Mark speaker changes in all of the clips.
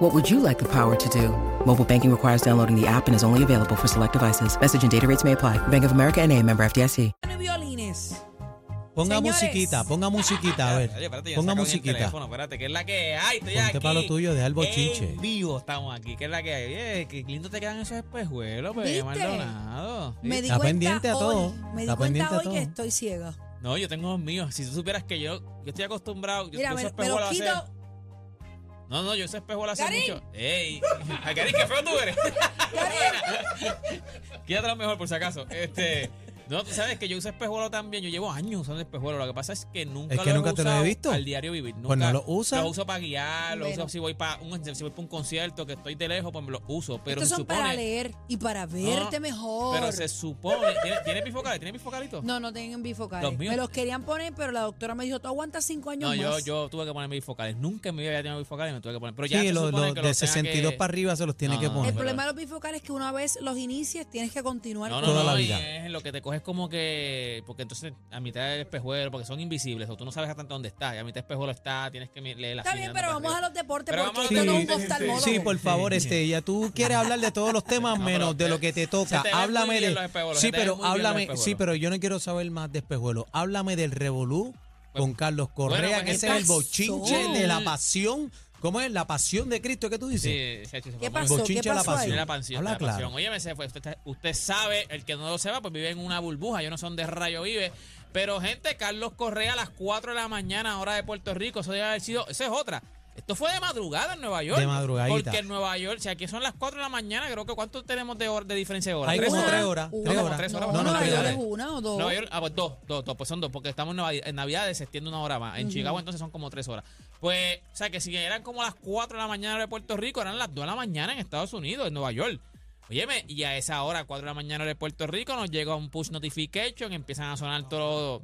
Speaker 1: What would you like the power to do? Mobile banking requires downloading the app and is only available for select devices. Message and data rates may apply. Bank of America and a member FDIC.
Speaker 2: Bueno, y violines.
Speaker 3: Ponga
Speaker 2: Señores.
Speaker 3: musiquita, ponga musiquita, a ver.
Speaker 4: Oye, espérate, ya
Speaker 3: ponga
Speaker 4: saco bien el
Speaker 3: musiquita.
Speaker 4: teléfono, espérate, que es la que hay. Estoy
Speaker 3: Ponte
Speaker 4: aquí.
Speaker 3: pa' lo tuyo, deja el bochinche.
Speaker 4: En vivo estamos aquí, que es la que hay. Oye, qué lindo te quedan esos espejuelos,
Speaker 2: ¿Viste?
Speaker 4: bebé Maldonado.
Speaker 2: Me di
Speaker 3: Está
Speaker 2: cuenta
Speaker 3: pendiente a
Speaker 2: hoy-
Speaker 3: todo.
Speaker 2: Me di
Speaker 3: Está pendiente
Speaker 2: cuenta
Speaker 3: a
Speaker 2: hoy
Speaker 3: todo.
Speaker 2: que estoy ciega.
Speaker 4: No, yo tengo los míos. Si tú supieras que yo, yo estoy acostumbrado. Yo,
Speaker 2: Mira,
Speaker 4: yo
Speaker 2: me,
Speaker 4: ese
Speaker 2: me los
Speaker 4: espejuelo hace-
Speaker 2: quito.
Speaker 4: No, no, yo ese espejuelo hace
Speaker 2: ¡Karin!
Speaker 4: mucho. ¡Ey! ¡Ay, Karin, qué feo tú eres! Quédate lo mejor, por si acaso. Este. No, tú sabes que yo uso espejuelo también. Yo llevo años usando espejuelo. Lo que pasa es que nunca
Speaker 3: Es que
Speaker 4: lo
Speaker 3: nunca
Speaker 4: he
Speaker 3: te lo he
Speaker 4: usado
Speaker 3: visto.
Speaker 4: al diario vivir. Nunca.
Speaker 3: Pues no lo usas.
Speaker 4: Lo uso para guiar, lo
Speaker 2: Bueno.
Speaker 4: uso si voy para un, si voy pa un concierto que estoy de lejos, pues me lo uso. Pero
Speaker 2: Estos
Speaker 4: se
Speaker 2: son para
Speaker 4: supone.
Speaker 2: leer y para verte mejor.
Speaker 4: Pero se supone. ¿Tiene, tiene bifocales? ¿Tiene bifocalitos?
Speaker 2: No, no tienen bifocales.
Speaker 4: Los míos-
Speaker 2: me los querían poner, pero la doctora me dijo, tú aguantas cinco años
Speaker 4: No, yo,
Speaker 2: más.
Speaker 4: yo tuve que ponerme bifocales. Nunca en mi vida había tenido bifocales y me tuve que poner. Pero ya
Speaker 3: Sí,
Speaker 4: se
Speaker 3: los
Speaker 4: supone que
Speaker 3: de
Speaker 4: los tenga
Speaker 3: 62
Speaker 4: que- Ah.
Speaker 3: para arriba se los tiene
Speaker 4: No,
Speaker 3: que
Speaker 4: no,
Speaker 3: poner.
Speaker 2: El
Speaker 4: pero-
Speaker 2: problema de los bifocales es que una vez los inicies, tienes que continuar.
Speaker 4: No,
Speaker 2: con
Speaker 4: no,
Speaker 3: toda
Speaker 4: no,
Speaker 3: la
Speaker 4: y
Speaker 3: vida.
Speaker 4: es lo que te coges como que. Porque entonces a mitad del espejuelo, porque son invisibles, o tú no sabes hasta dónde está, y a mitad del espejuelo está, tienes que mi- leer la
Speaker 2: Está bien, pero vamos a los deportes
Speaker 4: Pero
Speaker 2: porque
Speaker 4: vamos a
Speaker 2: esto no es un
Speaker 4: los deportes.
Speaker 2: oftalmólogo.
Speaker 3: Sí, por favor, este, ya tú quieres hablar de todos los temas
Speaker 4: No, pero
Speaker 3: menos de
Speaker 4: te-
Speaker 3: lo que te toca.
Speaker 4: se te ven muy
Speaker 3: háblame
Speaker 4: bien
Speaker 3: de
Speaker 4: los espejuelos,
Speaker 3: Sí,
Speaker 4: se te ven
Speaker 3: pero
Speaker 4: muy bien los
Speaker 3: háblame, sí,
Speaker 4: espejuelos.
Speaker 3: pero yo no quiero saber más de espejuelos. Háblame del revolú con Carlos Correa,
Speaker 4: bueno, pues,
Speaker 3: que ese
Speaker 2: ¿qué
Speaker 3: es el bochinche
Speaker 2: pasó?
Speaker 3: de la pasión. ¿Cómo es? La pasión de Cristo, ¿qué tú dices?
Speaker 4: Sí, se ha hecho- se
Speaker 2: ¿Qué
Speaker 4: fue muy
Speaker 2: pasó?
Speaker 4: bien.
Speaker 3: Bochinche de la
Speaker 2: pasó ahí?
Speaker 3: pasión.
Speaker 4: Era la pasión,
Speaker 3: Habla
Speaker 4: era la
Speaker 3: claro.
Speaker 4: pasión. Oye, me se fue. Usted, está- usted sabe, el que no lo sepa, pues vive en una burbuja. Yo no sé dónde rayo vive. Pero, gente, Carlos Correa a las 4 de la mañana, hora de Puerto Rico. Eso debe haber sido. Esa es otra. Esto fue de madrugada en Nueva York.
Speaker 3: De madrugadita.
Speaker 4: Porque en Nueva York, si aquí son las 4 de la mañana, creo que ¿cuánto tenemos de, hora, de diferencia de hora?
Speaker 3: Hay
Speaker 4: ¿Tres
Speaker 3: como
Speaker 2: Una,
Speaker 3: tres horas.
Speaker 2: una,
Speaker 3: tres
Speaker 4: como
Speaker 3: horas.
Speaker 4: tres
Speaker 2: No,
Speaker 4: horas.
Speaker 2: no,
Speaker 3: No, no,
Speaker 2: Nueva
Speaker 3: tres
Speaker 2: York
Speaker 3: horas.
Speaker 2: es una o dos.
Speaker 4: Nueva York, ah, pues dos, dos, dos, pues son dos, porque estamos en, Nueva- en Navidades, se extiende una hora más. En Chicago entonces son como tres horas. Pues, o sea, que si eran como las 4 de la mañana hora de Puerto Rico, eran las 2 de la mañana en Estados Unidos, en Nueva York. Óyeme, y a esa hora, 4 de la mañana hora de Puerto Rico, nos llega un push notification, empiezan a sonar todo.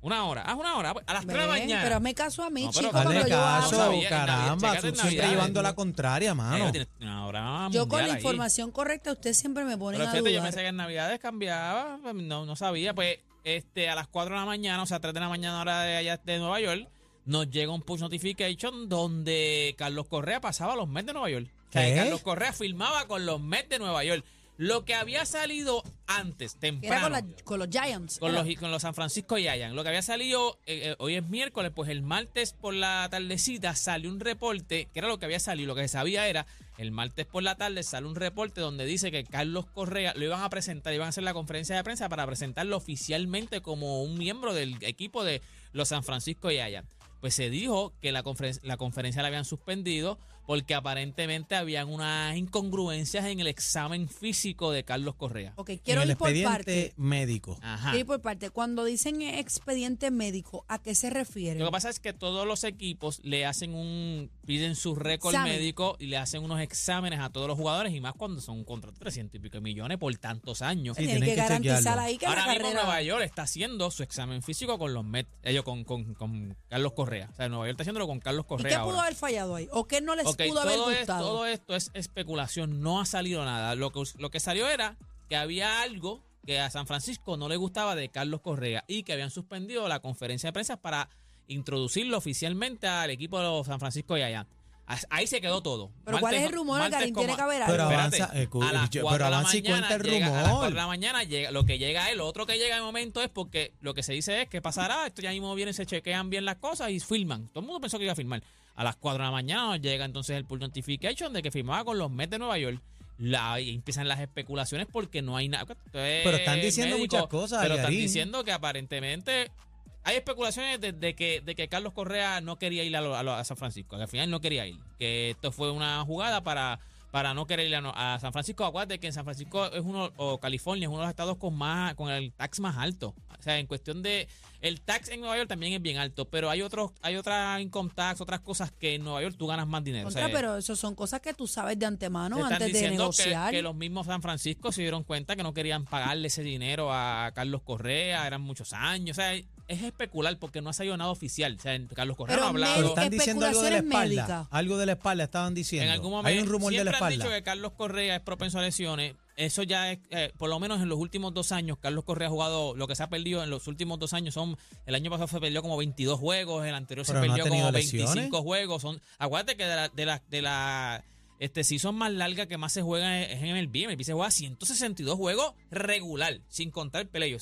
Speaker 4: Una hora, ah, una hora, a las 3 de la
Speaker 2: Ven,
Speaker 4: mañana.
Speaker 2: Pero hazme caso a mí,
Speaker 4: No, pero
Speaker 2: chico,
Speaker 4: dale
Speaker 2: cuando
Speaker 3: Dale
Speaker 2: yo
Speaker 4: hablo.
Speaker 3: caso,
Speaker 2: hablo.
Speaker 4: Navidad-
Speaker 3: caramba,
Speaker 4: Navidad-
Speaker 3: tú
Speaker 4: chécate
Speaker 3: siempre
Speaker 4: Navidad,
Speaker 3: llevando la
Speaker 4: tú.
Speaker 3: contraria,
Speaker 4: Mira,
Speaker 3: mano.
Speaker 4: tiene una hora
Speaker 2: Yo con
Speaker 4: mundial
Speaker 2: la
Speaker 4: ahí.
Speaker 2: información correcta, ustedes siempre me ponen
Speaker 4: Pero
Speaker 2: a
Speaker 4: fíjate, yo
Speaker 2: dudar.
Speaker 4: pensé que en Navidades cambiaba, pues, no, no sabía. Pues este, a las 4 de la mañana, o sea, 3 de la mañana hora de allá de Nueva York, nos llega un push notification donde Carlos Correa pasaba a los Mets de Nueva York. O sea,
Speaker 3: ¿Qué?
Speaker 4: Carlos Correa filmaba con los Mets de Nueva York. Lo que había salido antes,
Speaker 2: Que Era
Speaker 4: temprano.
Speaker 2: con, la- con los Giants.
Speaker 4: Con
Speaker 2: Era.
Speaker 4: los, con los San Francisco Giants. Lo que había salido eh, eh, hoy es miércoles, pues el martes por la tardecita salió un reporte, que era lo que había salido, lo que se sabía era, el martes por la tarde sale un reporte donde dice que Carlos Correa lo iban a presentar, iban a hacer la conferencia de prensa para presentarlo oficialmente como un miembro del equipo de los San Francisco Giants. Pues se dijo que la, conferen- la conferencia la habían suspendido porque aparentemente habían unas incongruencias en el examen físico de Carlos Correa.
Speaker 2: Ok,
Speaker 3: En
Speaker 2: quiero
Speaker 3: el
Speaker 2: ir por
Speaker 3: expediente
Speaker 2: parte.
Speaker 3: médico.
Speaker 4: Ajá.
Speaker 2: Quiero ir por parte. Cuando dicen expediente médico, ¿a qué se refiere?
Speaker 4: Lo que pasa es que todos los equipos le hacen un. piden su récord
Speaker 2: Examen.
Speaker 4: médico y le hacen unos exámenes a todos los jugadores y más cuando son un contrato de 300 y pico de millones por tantos años.
Speaker 3: Sí,
Speaker 2: Tienen que,
Speaker 3: tienen que
Speaker 2: garantizar
Speaker 3: chequearlo.
Speaker 2: ahí que
Speaker 4: Ahora
Speaker 2: la
Speaker 4: mismo Nueva
Speaker 2: carrera.
Speaker 4: York está haciendo su examen físico con los Mets, ellos con, con, con Carlos Correa. O sea, Nueva York está haciéndolo con Carlos
Speaker 2: ¿Y
Speaker 4: Correa.
Speaker 2: qué pudo
Speaker 4: ahora.
Speaker 2: haber fallado ahí? ¿O qué no les
Speaker 4: Ok,
Speaker 2: pudo haber
Speaker 4: todo, es-
Speaker 2: gustado?
Speaker 4: todo esto es especulación, no ha salido nada. Lo que, lo que salió era que había algo que a San Francisco no le gustaba de Carlos Correa y que habían suspendido la conferencia de prensa para introducirlo oficialmente al equipo de los San Francisco y allá. Ahí se quedó todo.
Speaker 2: Pero ¿cuál es
Speaker 4: Martes-
Speaker 2: el rumor,
Speaker 4: martes
Speaker 2: Algarín?
Speaker 4: como-
Speaker 2: Tiene que haber algo.
Speaker 3: Pero
Speaker 4: Espérate,
Speaker 3: avanza, eh, cu-
Speaker 4: a las
Speaker 3: yo-
Speaker 4: 4
Speaker 3: pero
Speaker 4: de la
Speaker 3: avanza y
Speaker 4: mañana
Speaker 3: cuenta el
Speaker 4: llega- A las 4 de
Speaker 3: rumor.
Speaker 4: la mañana llega, lo que llega es, lo otro que llega en el momento es porque lo que se dice es que pasará, esto ya mismo vienen, se chequean bien las cosas y filman. Todo el mundo pensó que iba a filmar. A las 4 de la mañana nos llega entonces el pull notification de que firmaba con los Mets de Nueva York. La, y empiezan las especulaciones porque no hay nada.
Speaker 3: Pero están diciendo muchas cosas,
Speaker 4: Pero están
Speaker 3: Algarín.
Speaker 4: diciendo que aparentemente hay especulaciones desde que, de que Carlos Correa no quería ir a, lo- a lo- a San Francisco, que al final no quería ir, que esto fue una jugada para, para no querer ir a, no- a San Francisco. Acuérdate que en San Francisco es uno, o California es uno de los estados con más con el tax más alto O sea, en cuestión de. El tax en Nueva York también es bien alto, pero hay otros, hay otras income tax, otras cosas que en Nueva York tú ganas más dinero. O sea,
Speaker 2: Contra, pero eso son cosas que tú sabes de
Speaker 4: te
Speaker 2: antemano
Speaker 4: están
Speaker 2: antes de
Speaker 4: diciendo que-
Speaker 2: negociar.
Speaker 4: Que, los mismos San Francisco se dieron cuenta que no querían pagarle ese dinero a Carlos Correa, eran muchos años. O sea, es especular porque no ha salido nada oficial. O sea, Carlos Correa no ha
Speaker 2: Pero
Speaker 4: hablado.
Speaker 3: Pero
Speaker 2: Médico-
Speaker 3: están diciendo algo de la espalda.
Speaker 2: especulaciones médicas.
Speaker 3: Algo de la espalda estaban diciendo.
Speaker 4: En algún momento.
Speaker 3: Hay un rumor de la
Speaker 4: siempre han
Speaker 3: espalda.
Speaker 4: dicho que Carlos Correa es propenso a lesiones. Eso ya es, eh, por lo menos en los últimos dos años, Carlos Correa ha jugado, lo que se ha perdido en los últimos dos años son, el año pasado se perdió como 22 juegos, el
Speaker 3: Pero
Speaker 4: anterior se
Speaker 3: no ha
Speaker 4: perdió como
Speaker 3: tenido
Speaker 4: 25
Speaker 3: lesiones.
Speaker 4: juegos. Son, acuérdate que de la, de la, de la este, season más larga que más se juega es en el BM. El BM se juega 162 juegos regular, sin contar el peleo.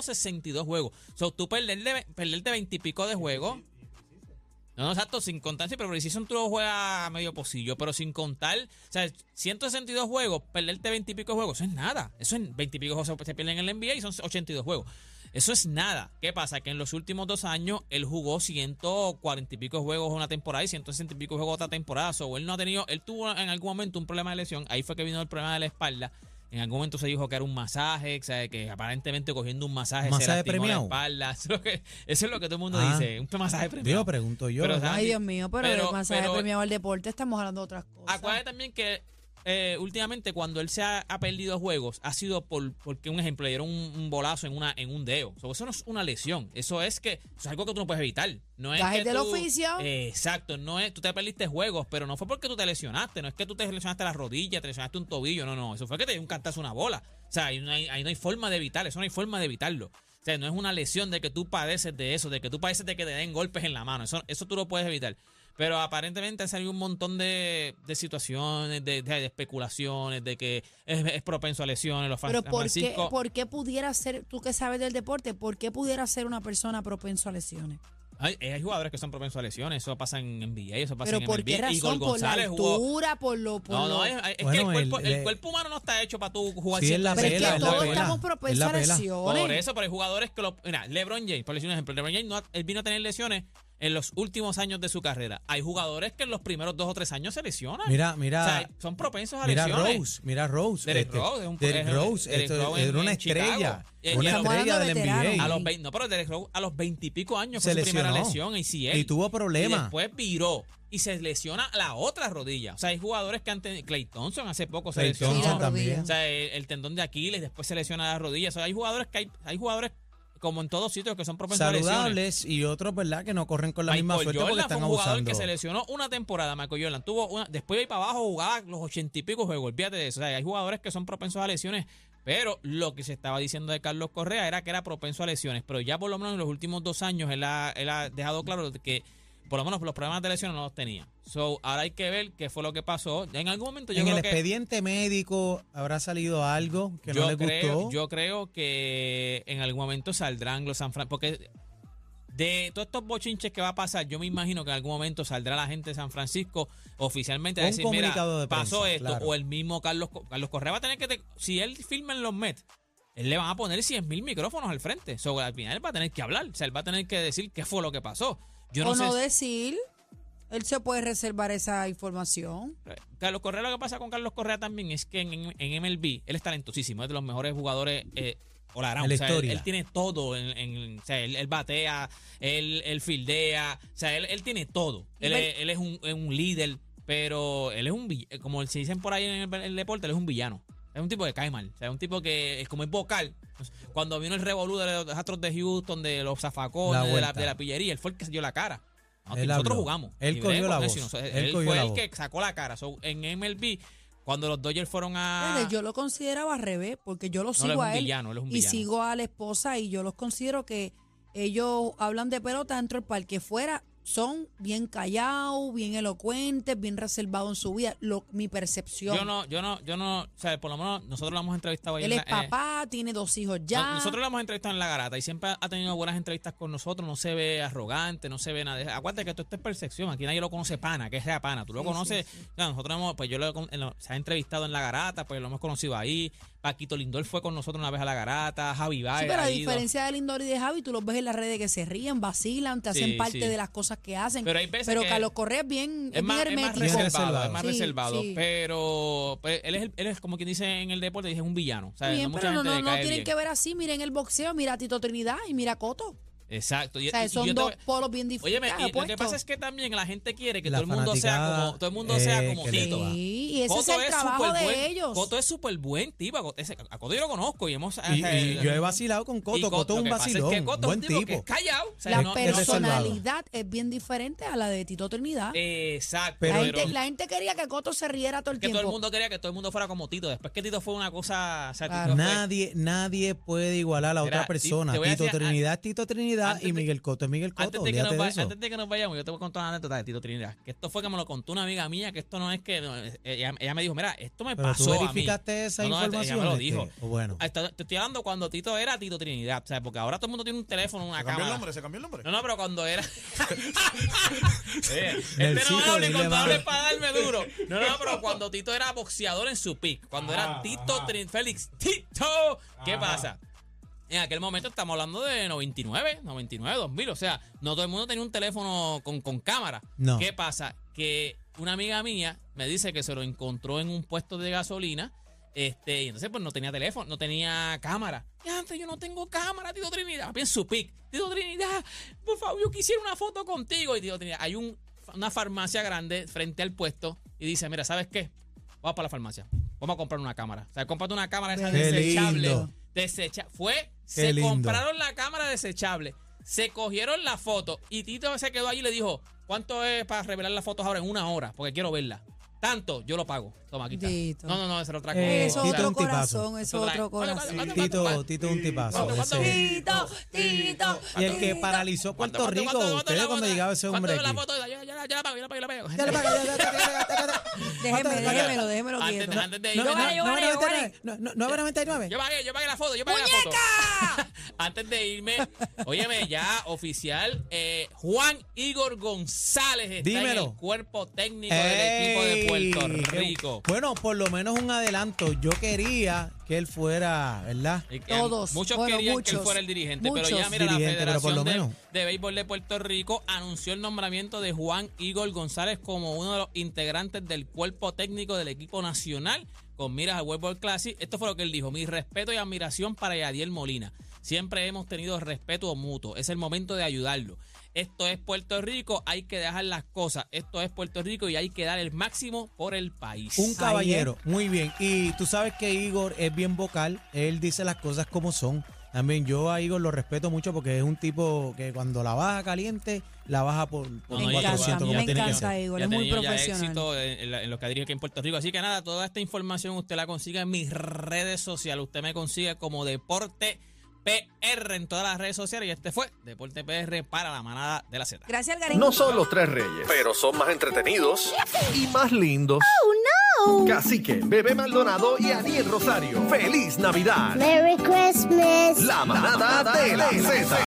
Speaker 4: 162 juegos. So, tú perderle, perderte 20 y pico de juegos. No, no, exacto, sin contar, sí, pero Precision tú lo juegas medio pocillo, pero sin contar, o sea, 162 juegos, perderte 20 y pico juegos, eso es nada. Eso en 20 y pico juegos se se pierden en el NBA y son 82 juegos. Eso es nada. ¿Qué pasa? Que en los últimos dos años él jugó 140 y pico juegos una temporada y 160 y pico juegos otra temporada. So, él no ha tenido, él tuvo en algún momento un problema de lesión, ahí fue que vino el problema de la espalda. En algún momento se dijo que era un masaje, o sea, que aparentemente cogiendo un masaje, se
Speaker 3: ¿Masaje
Speaker 4: lastimó
Speaker 3: premiado?
Speaker 4: la espalda. Eso es lo que, eso es lo que todo el mundo
Speaker 3: Ah.
Speaker 4: dice, un masaje premiado.
Speaker 3: Digo, pregunto yo.
Speaker 4: Pero,
Speaker 3: ¿verdad?
Speaker 4: ¿sabes?
Speaker 2: Ay, Dios mío, pero,
Speaker 4: Pero-
Speaker 2: el masaje
Speaker 4: pero-
Speaker 2: premiado al deporte estamos hablando de otras cosas.
Speaker 4: Acuérdate también que eh, últimamente cuando él se ha, ha perdido juegos ha sido por porque un ejemplo le dieron un, un bolazo en una en un dedo. So, eso no es una lesión, eso es que eso es algo que tú no puedes evitar. No es
Speaker 2: Gajes
Speaker 4: que
Speaker 2: del
Speaker 4: tú-
Speaker 2: oficio.
Speaker 4: Eh, exacto, no es tú te perdiste juegos, pero no fue porque tú te lesionaste, no es que tú te lesionaste la rodilla, te lesionaste un tobillo, no, no, eso fue que te dio un cantazo a una bola. O sea, ahí no hay, ahí no hay forma de evitar, eso no hay forma de evitarlo. O sea, no es una lesión de que tú padeces de eso, de que tú padeces de que te den golpes en la mano. Eso, eso tú lo puedes evitar. Pero aparentemente han salido un montón de, de situaciones, de, de- de especulaciones, de que es, es propenso a lesiones. Los
Speaker 2: Pero
Speaker 4: San
Speaker 2: ¿por qué,
Speaker 4: Francisco-
Speaker 2: ¿por qué pudiera ser, tú que sabes del deporte, por qué pudiera ser una persona propenso a lesiones?
Speaker 4: Hay, hay jugadores que son propensos a lesiones, eso pasa en NBA, eso pasa
Speaker 2: Pero
Speaker 4: en
Speaker 2: ¿por
Speaker 4: NBA.
Speaker 2: qué razón? Por
Speaker 4: Igor
Speaker 2: la
Speaker 4: González jugó-
Speaker 2: altura, por lo... Por
Speaker 4: No,
Speaker 2: lo-
Speaker 4: no, es, es que el
Speaker 3: Bueno,
Speaker 4: cuerpo,
Speaker 3: el-
Speaker 4: el
Speaker 3: el-
Speaker 4: cuerpo humano no está hecho para tú jugar
Speaker 3: Sí, es la
Speaker 2: pero es
Speaker 3: pela,
Speaker 2: que
Speaker 3: es la
Speaker 2: todos
Speaker 3: pela,
Speaker 2: estamos
Speaker 3: es la
Speaker 2: propensos a
Speaker 3: pela.
Speaker 2: lesiones.
Speaker 4: Por eso, pero hay jugadores que lo. Mira, LeBron James, por decir un ejemplo, LeBron James no, ha- él vino a tener lesiones en los últimos años de su carrera. Hay jugadores que en los primeros dos o tres años se lesionan.
Speaker 3: Mira, mira.
Speaker 4: O sea, son propensos a
Speaker 3: Mira
Speaker 4: lesiones.
Speaker 3: Rose, mira Rose. este,
Speaker 4: Derrick Rose es un-
Speaker 3: Derrick
Speaker 4: es-
Speaker 3: Rose,
Speaker 4: Derrick
Speaker 3: esto
Speaker 4: Rose en-
Speaker 3: era una
Speaker 4: en Chicago.
Speaker 3: estrella.
Speaker 4: Y- y
Speaker 3: una
Speaker 4: a los-
Speaker 3: estrella
Speaker 2: Estamos
Speaker 3: del
Speaker 2: hablando de
Speaker 3: NBA.
Speaker 4: A los
Speaker 2: Sí.
Speaker 4: 20, no, pero Derrick Rose a los veintipico años fue
Speaker 3: Se
Speaker 4: su primera
Speaker 3: lesionó.
Speaker 4: lesión en CL.
Speaker 3: Y tuvo
Speaker 4: Y
Speaker 3: problemas.
Speaker 4: después viró y se lesiona la otra rodilla. O sea, hay jugadores que antes. Clay Thompson hace poco se
Speaker 3: Clay
Speaker 4: lesionó.
Speaker 3: Thompson
Speaker 2: Sí, la rodilla.
Speaker 3: Pues también.
Speaker 4: O sea, el, el tendón de Aquiles, después se lesiona la rodilla. O sea, hay jugadores que hay, hay jugadores como en todos sitios que son propensos a lesiones.
Speaker 3: Saludables y otros, ¿verdad? Que no corren con la misma
Speaker 4: Michael
Speaker 3: suerte
Speaker 4: Jordan
Speaker 3: porque están
Speaker 4: fue un jugador
Speaker 3: abusando.
Speaker 4: que se lesionó una temporada, Michael Jordan. Tuvo una, después de ir para abajo jugaba los ochenta y pico juegos. Olvídate de eso. O sea, hay jugadores que son propensos a lesiones. Pero lo que se estaba diciendo de Carlos Correa era que era propenso a lesiones. Pero ya por lo menos en los últimos dos años él ha, él ha dejado claro que por lo menos los problemas de lesiones no los tenía. So, ahora hay que ver qué fue lo que pasó. En algún momento yo
Speaker 3: en el
Speaker 4: creo que...
Speaker 3: expediente médico habrá salido algo que no le
Speaker 4: creo,
Speaker 3: gustó.
Speaker 4: Yo creo que en algún momento saldrán los San Francisco. Porque de todos estos bochinches que va a pasar, yo me imagino que en algún momento saldrá la gente de San Francisco oficialmente a
Speaker 3: Un
Speaker 4: decir, mira,
Speaker 3: comunicado de prensa,
Speaker 4: pasó esto.
Speaker 3: claro.
Speaker 4: O el mismo Carlos, Co- Carlos Correa va a tener que... te- si él firma en los Mets, él le van a poner 100 mil micrófonos al frente. So, al final él va a tener que hablar. O sea, él va a tener que decir qué fue lo que pasó. Yo no
Speaker 2: o
Speaker 4: sé...
Speaker 2: no
Speaker 4: si-
Speaker 2: decir, él se puede reservar esa información.
Speaker 4: Carlos Correa, lo que pasa con Carlos Correa también es que en, en MLB él es talentosísimo, es de los mejores jugadores. Eh, all
Speaker 3: En
Speaker 4: around.
Speaker 3: la
Speaker 4: O sea, él-
Speaker 3: historia.
Speaker 4: él, tiene todo. En, en- o sea, él, él batea, él, él fildea, o sea, él, él tiene todo.
Speaker 2: Y
Speaker 4: Él,
Speaker 2: ver-
Speaker 4: es- él es, un, es un líder, pero él es un. vill- Como se dicen por ahí en el, el deporte, él es un villano. Es un tipo que cae mal. O sea, es un tipo que es como es vocal. Pues, Cuando vino el revolú de los Astros de Houston, de los zafacones,
Speaker 3: La
Speaker 4: de la,
Speaker 3: vuelta.
Speaker 4: de la pillería, él fue el que se dio la cara. No,
Speaker 3: Él
Speaker 4: nosotros
Speaker 3: habló.
Speaker 4: jugamos.
Speaker 3: Él
Speaker 4: Libremos,
Speaker 3: cogió la
Speaker 4: ¿no?
Speaker 3: voz.
Speaker 4: Si nos- Él,
Speaker 3: Él cogió
Speaker 4: fue
Speaker 3: la
Speaker 4: el
Speaker 3: voz.
Speaker 4: que sacó la cara. So, en MLB, cuando los Dodgers fueron a.
Speaker 2: Fíjate, Yo lo consideraba al revés, porque yo lo
Speaker 4: Ah. no, él es
Speaker 2: sigo
Speaker 4: un
Speaker 2: a él
Speaker 4: villano, él es un
Speaker 2: y
Speaker 4: villano.
Speaker 2: sigo a la esposa y yo los considero que ellos hablan de pelota dentro del parque fuera, son bien callados, bien elocuentes, bien reservados en su vida, lo- mi percepción.
Speaker 4: yo no, yo no, yo no. O sea, por lo menos nosotros lo hemos entrevistado ahí
Speaker 2: él
Speaker 4: en
Speaker 2: es
Speaker 4: la- eh,
Speaker 2: papá, tiene dos hijos ya.
Speaker 4: No, nosotros lo hemos entrevistado en la garata y siempre ha tenido buenas entrevistas con nosotros. No se ve arrogante, no se ve nada. de- Acuérdate que esto, esto es percepción. Aquí nadie lo conoce pana, que sea pana. Tú lo
Speaker 2: Sí,
Speaker 4: conoces.
Speaker 2: sí, sí.
Speaker 4: no, nosotros hemos, pues yo lo, he con- en lo- se ha entrevistado en la garata, pues lo hemos conocido ahí. Paquito Lindor fue con nosotros una vez a la garata, Javi Baez.
Speaker 2: sí, pero a
Speaker 4: ha ido.
Speaker 2: diferencia de Lindor y de Javi, tú los ves en las redes que se ríen, vacilan, te hacen
Speaker 4: Sí,
Speaker 2: parte
Speaker 4: sí.
Speaker 2: de las cosas que hacen.
Speaker 4: Pero hay veces
Speaker 2: Pero
Speaker 4: que-
Speaker 2: Carlos Correa es bien, es
Speaker 4: Es más, es
Speaker 2: bien
Speaker 4: más
Speaker 2: hermético.
Speaker 4: reservado, es más
Speaker 2: Sí,
Speaker 4: reservado.
Speaker 2: sí.
Speaker 4: Pero pues, él, es, el- él es como quien dice en el deporte, dice, es un villano. O sea,
Speaker 2: Bien,
Speaker 4: no mucha
Speaker 2: pero no,
Speaker 4: gente
Speaker 2: no,
Speaker 4: le
Speaker 2: no
Speaker 4: cae
Speaker 2: tienen
Speaker 4: bien.
Speaker 2: que ver así. Miren el boxeo, mira a Tito Trinidad y mira a Coto.
Speaker 4: Exacto. Y-
Speaker 2: O sea,
Speaker 4: y
Speaker 2: son
Speaker 4: yo te-
Speaker 2: dos polos bien
Speaker 4: Oye,
Speaker 2: diferentes.
Speaker 4: y lo que
Speaker 2: opuestos.
Speaker 4: pasa es que también la gente quiere que
Speaker 3: La
Speaker 4: todo el mundo sea
Speaker 3: fanaticada,
Speaker 4: como todo el mundo sea
Speaker 3: eh,
Speaker 4: como
Speaker 3: que le-
Speaker 4: Tito.
Speaker 2: Sí, y ese es
Speaker 4: Coto
Speaker 2: el trabajo de
Speaker 4: superbuen-
Speaker 2: ellos.
Speaker 4: Coto es súper buen tipo. A Coto- ese- a Coto yo lo conozco y hemos.
Speaker 3: Y, y
Speaker 4: eh,
Speaker 3: yo he vacilado con
Speaker 4: y
Speaker 3: Coto. Coto es
Speaker 4: lo
Speaker 3: un
Speaker 4: que pasa
Speaker 3: vacilón.
Speaker 4: Es que Coto
Speaker 3: buen
Speaker 4: es un tipo, que
Speaker 3: tipo.
Speaker 4: es callado. o sea,
Speaker 2: la
Speaker 4: no- no-
Speaker 2: personalidad es bien diferente a la de Tito Trinidad.
Speaker 4: Exacto.
Speaker 3: Pero-
Speaker 2: la,
Speaker 4: pero-
Speaker 2: gente, la gente quería que Coto se riera todo el
Speaker 4: que
Speaker 2: tiempo.
Speaker 4: todo el mundo quería que todo el mundo fuera como Tito. Después que Tito fue una cosa. O sea,
Speaker 2: Claro.
Speaker 4: Tito fue-
Speaker 3: Nadie, nadie puede igualar a la
Speaker 4: Mira,
Speaker 3: otra
Speaker 4: ti-
Speaker 3: persona.
Speaker 4: te voy a
Speaker 3: Tito
Speaker 4: decir, a-
Speaker 3: Trinidad, Tito Trinidad
Speaker 4: antes
Speaker 3: y
Speaker 4: de-
Speaker 3: Miguel Coto. es Miguel Coto,
Speaker 4: Antes de, que
Speaker 3: olvídate
Speaker 4: nos, va-
Speaker 3: de eso.
Speaker 4: antes de que nos vayamos, yo te voy a contar una anécdota de Tito Trinidad. Que esto fue que me lo contó una amiga mía, que esto no es que. no, eh, ella, ella me dijo, mira, esto me
Speaker 3: Pero tú
Speaker 4: pasó. a mí.
Speaker 3: verificaste esa
Speaker 4: No, no, ella me lo
Speaker 3: información. este,
Speaker 4: dijo.
Speaker 3: o bueno.
Speaker 4: Ah, está- Te estoy hablando cuando Tito era Tito Trinidad, o sea, porque ahora todo el mundo tiene un teléfono, una
Speaker 5: Se cambió el
Speaker 4: cámara.
Speaker 5: nombre, pues. se cambió el nombre.
Speaker 4: No, no, pero cuando era. Oye, este
Speaker 3: Nelsito,
Speaker 4: no hable,
Speaker 3: dile,
Speaker 4: cuando
Speaker 3: mano.
Speaker 4: hable es para darme duro. No, no, pero cuando Tito era boxeador en su pick, cuando era Tito Trin- Félix, Tito, ¿qué pasa? En aquel momento estamos hablando de 99, 99, 2000, o sea, no todo el mundo tenía un teléfono con, con cámara.
Speaker 3: No.
Speaker 4: ¿Qué pasa? Que una amiga mía me dice que se lo encontró en un puesto de gasolina. Este, y entonces, pues no tenía teléfono, no tenía cámara. Y antes yo no tengo cámara, Tito Trinidad. Papi, en su pic. Tito Trinidad, por favor, yo quisiera una foto contigo. Y Tito Trinidad, hay un- una farmacia grande frente al puesto y dice: Mira, ¿sabes qué? Vamos para la farmacia. Vamos a comprar una cámara. O sea, cómprate una cámara esa
Speaker 3: Qué
Speaker 4: desechable.
Speaker 3: lindo.
Speaker 4: Desecha Fue, se
Speaker 3: lindo.
Speaker 4: compraron la cámara desechable. Se cogieron la foto y Tito se quedó allí y le dijo: ¿Cuánto es para revelar las fotos ahora en una hora? Porque quiero verla. Tanto, yo lo pago. Toma, aquí está.
Speaker 2: Tito.
Speaker 4: No, no, no, esa era otra cosa.
Speaker 3: Eh,
Speaker 2: Eso es
Speaker 4: O sea,
Speaker 3: Tito
Speaker 2: otro
Speaker 3: un tipazo.
Speaker 2: corazón, eso es otro
Speaker 4: Oye,
Speaker 2: corazón.
Speaker 4: ¿cuánto-
Speaker 3: Tito,
Speaker 4: cuánto-
Speaker 3: Tito es un tipazo.
Speaker 4: ¿Cuánto- cuánto-
Speaker 3: ese-
Speaker 2: Tito, Tito.
Speaker 3: Y el que
Speaker 2: Tito.
Speaker 3: paralizó Puerto
Speaker 4: ¿Cuánto-
Speaker 3: Rico,
Speaker 4: cuánto- cuánto-
Speaker 3: ustedes
Speaker 4: cuánto-
Speaker 3: cuando
Speaker 4: cuánto-
Speaker 3: llegaba ese
Speaker 4: cuánto
Speaker 3: hombre
Speaker 4: la
Speaker 3: aquí.
Speaker 4: foto? Ya, ya, ya la pago, ya la pago, ya la pago.
Speaker 2: Déjeme, déjemelo, déjemelo
Speaker 4: Antes-
Speaker 2: quieto.
Speaker 4: antes de-
Speaker 2: Yo
Speaker 4: no,
Speaker 2: gané, yo
Speaker 4: no,
Speaker 2: gané, yo gané.
Speaker 4: Yo pagué, yo pagué la foto, yo pagué la foto. Antes de irme, óyeme, ya oficial, eh, Juan Igor González está en
Speaker 3: Dímelo.
Speaker 4: el cuerpo técnico del equipo de Puerto
Speaker 3: Ey, qué-
Speaker 4: Rico.
Speaker 3: Bueno, por lo menos un adelanto. Yo quería que él fuera, ¿verdad?
Speaker 4: Y que
Speaker 2: Todos,
Speaker 4: Muchos
Speaker 2: bueno,
Speaker 4: querían que
Speaker 2: muchos,
Speaker 4: él fuera el dirigente, pero ya
Speaker 2: muchos.
Speaker 4: mira, la
Speaker 3: Dirigente, pero por
Speaker 4: Federación
Speaker 3: lo
Speaker 4: de,
Speaker 3: menos.
Speaker 4: de Béisbol de Puerto Rico anunció el nombramiento de Juan Igor González como uno de los integrantes del cuerpo técnico del equipo nacional con miras a World Bowl Classic. Esto fue lo que él dijo. Mi respeto y admiración para Yadiel Molina. Siempre hemos tenido respeto mutuo. Es el momento de ayudarlo. Esto es Puerto Rico, hay que dejar las cosas. Esto es Puerto Rico y hay que dar el máximo por el país.
Speaker 3: Un caballero, muy bien. Y tú sabes que Igor es bien vocal, él dice las cosas como son. También yo a Igor lo respeto mucho porque es un tipo que cuando la baja caliente, la baja por, por
Speaker 2: Me
Speaker 4: No, no, ya-
Speaker 3: 400.
Speaker 2: encanta,
Speaker 3: como
Speaker 2: me
Speaker 3: tiene que
Speaker 2: encanta
Speaker 3: ser.
Speaker 2: Igor,
Speaker 4: Ya
Speaker 2: es muy
Speaker 4: tenía ya
Speaker 2: profesional.
Speaker 4: éxito en, en la- en lo que ha dirigido aquí en Puerto Rico. Así que nada, toda esta información usted la consigue en mis redes sociales. Usted me consigue como Deporte PR en todas las redes sociales. Y este fue Deporte PR para la manada de la Z.
Speaker 2: Gracias, Algarín.
Speaker 6: No son los tres reyes, pero son más entretenidos y más lindos. ¡Oh, no! Cacique, Bebé Maldonado y Aniel Rosario. ¡Feliz Navidad!
Speaker 7: Merry Christmas.
Speaker 6: La manada de la Z.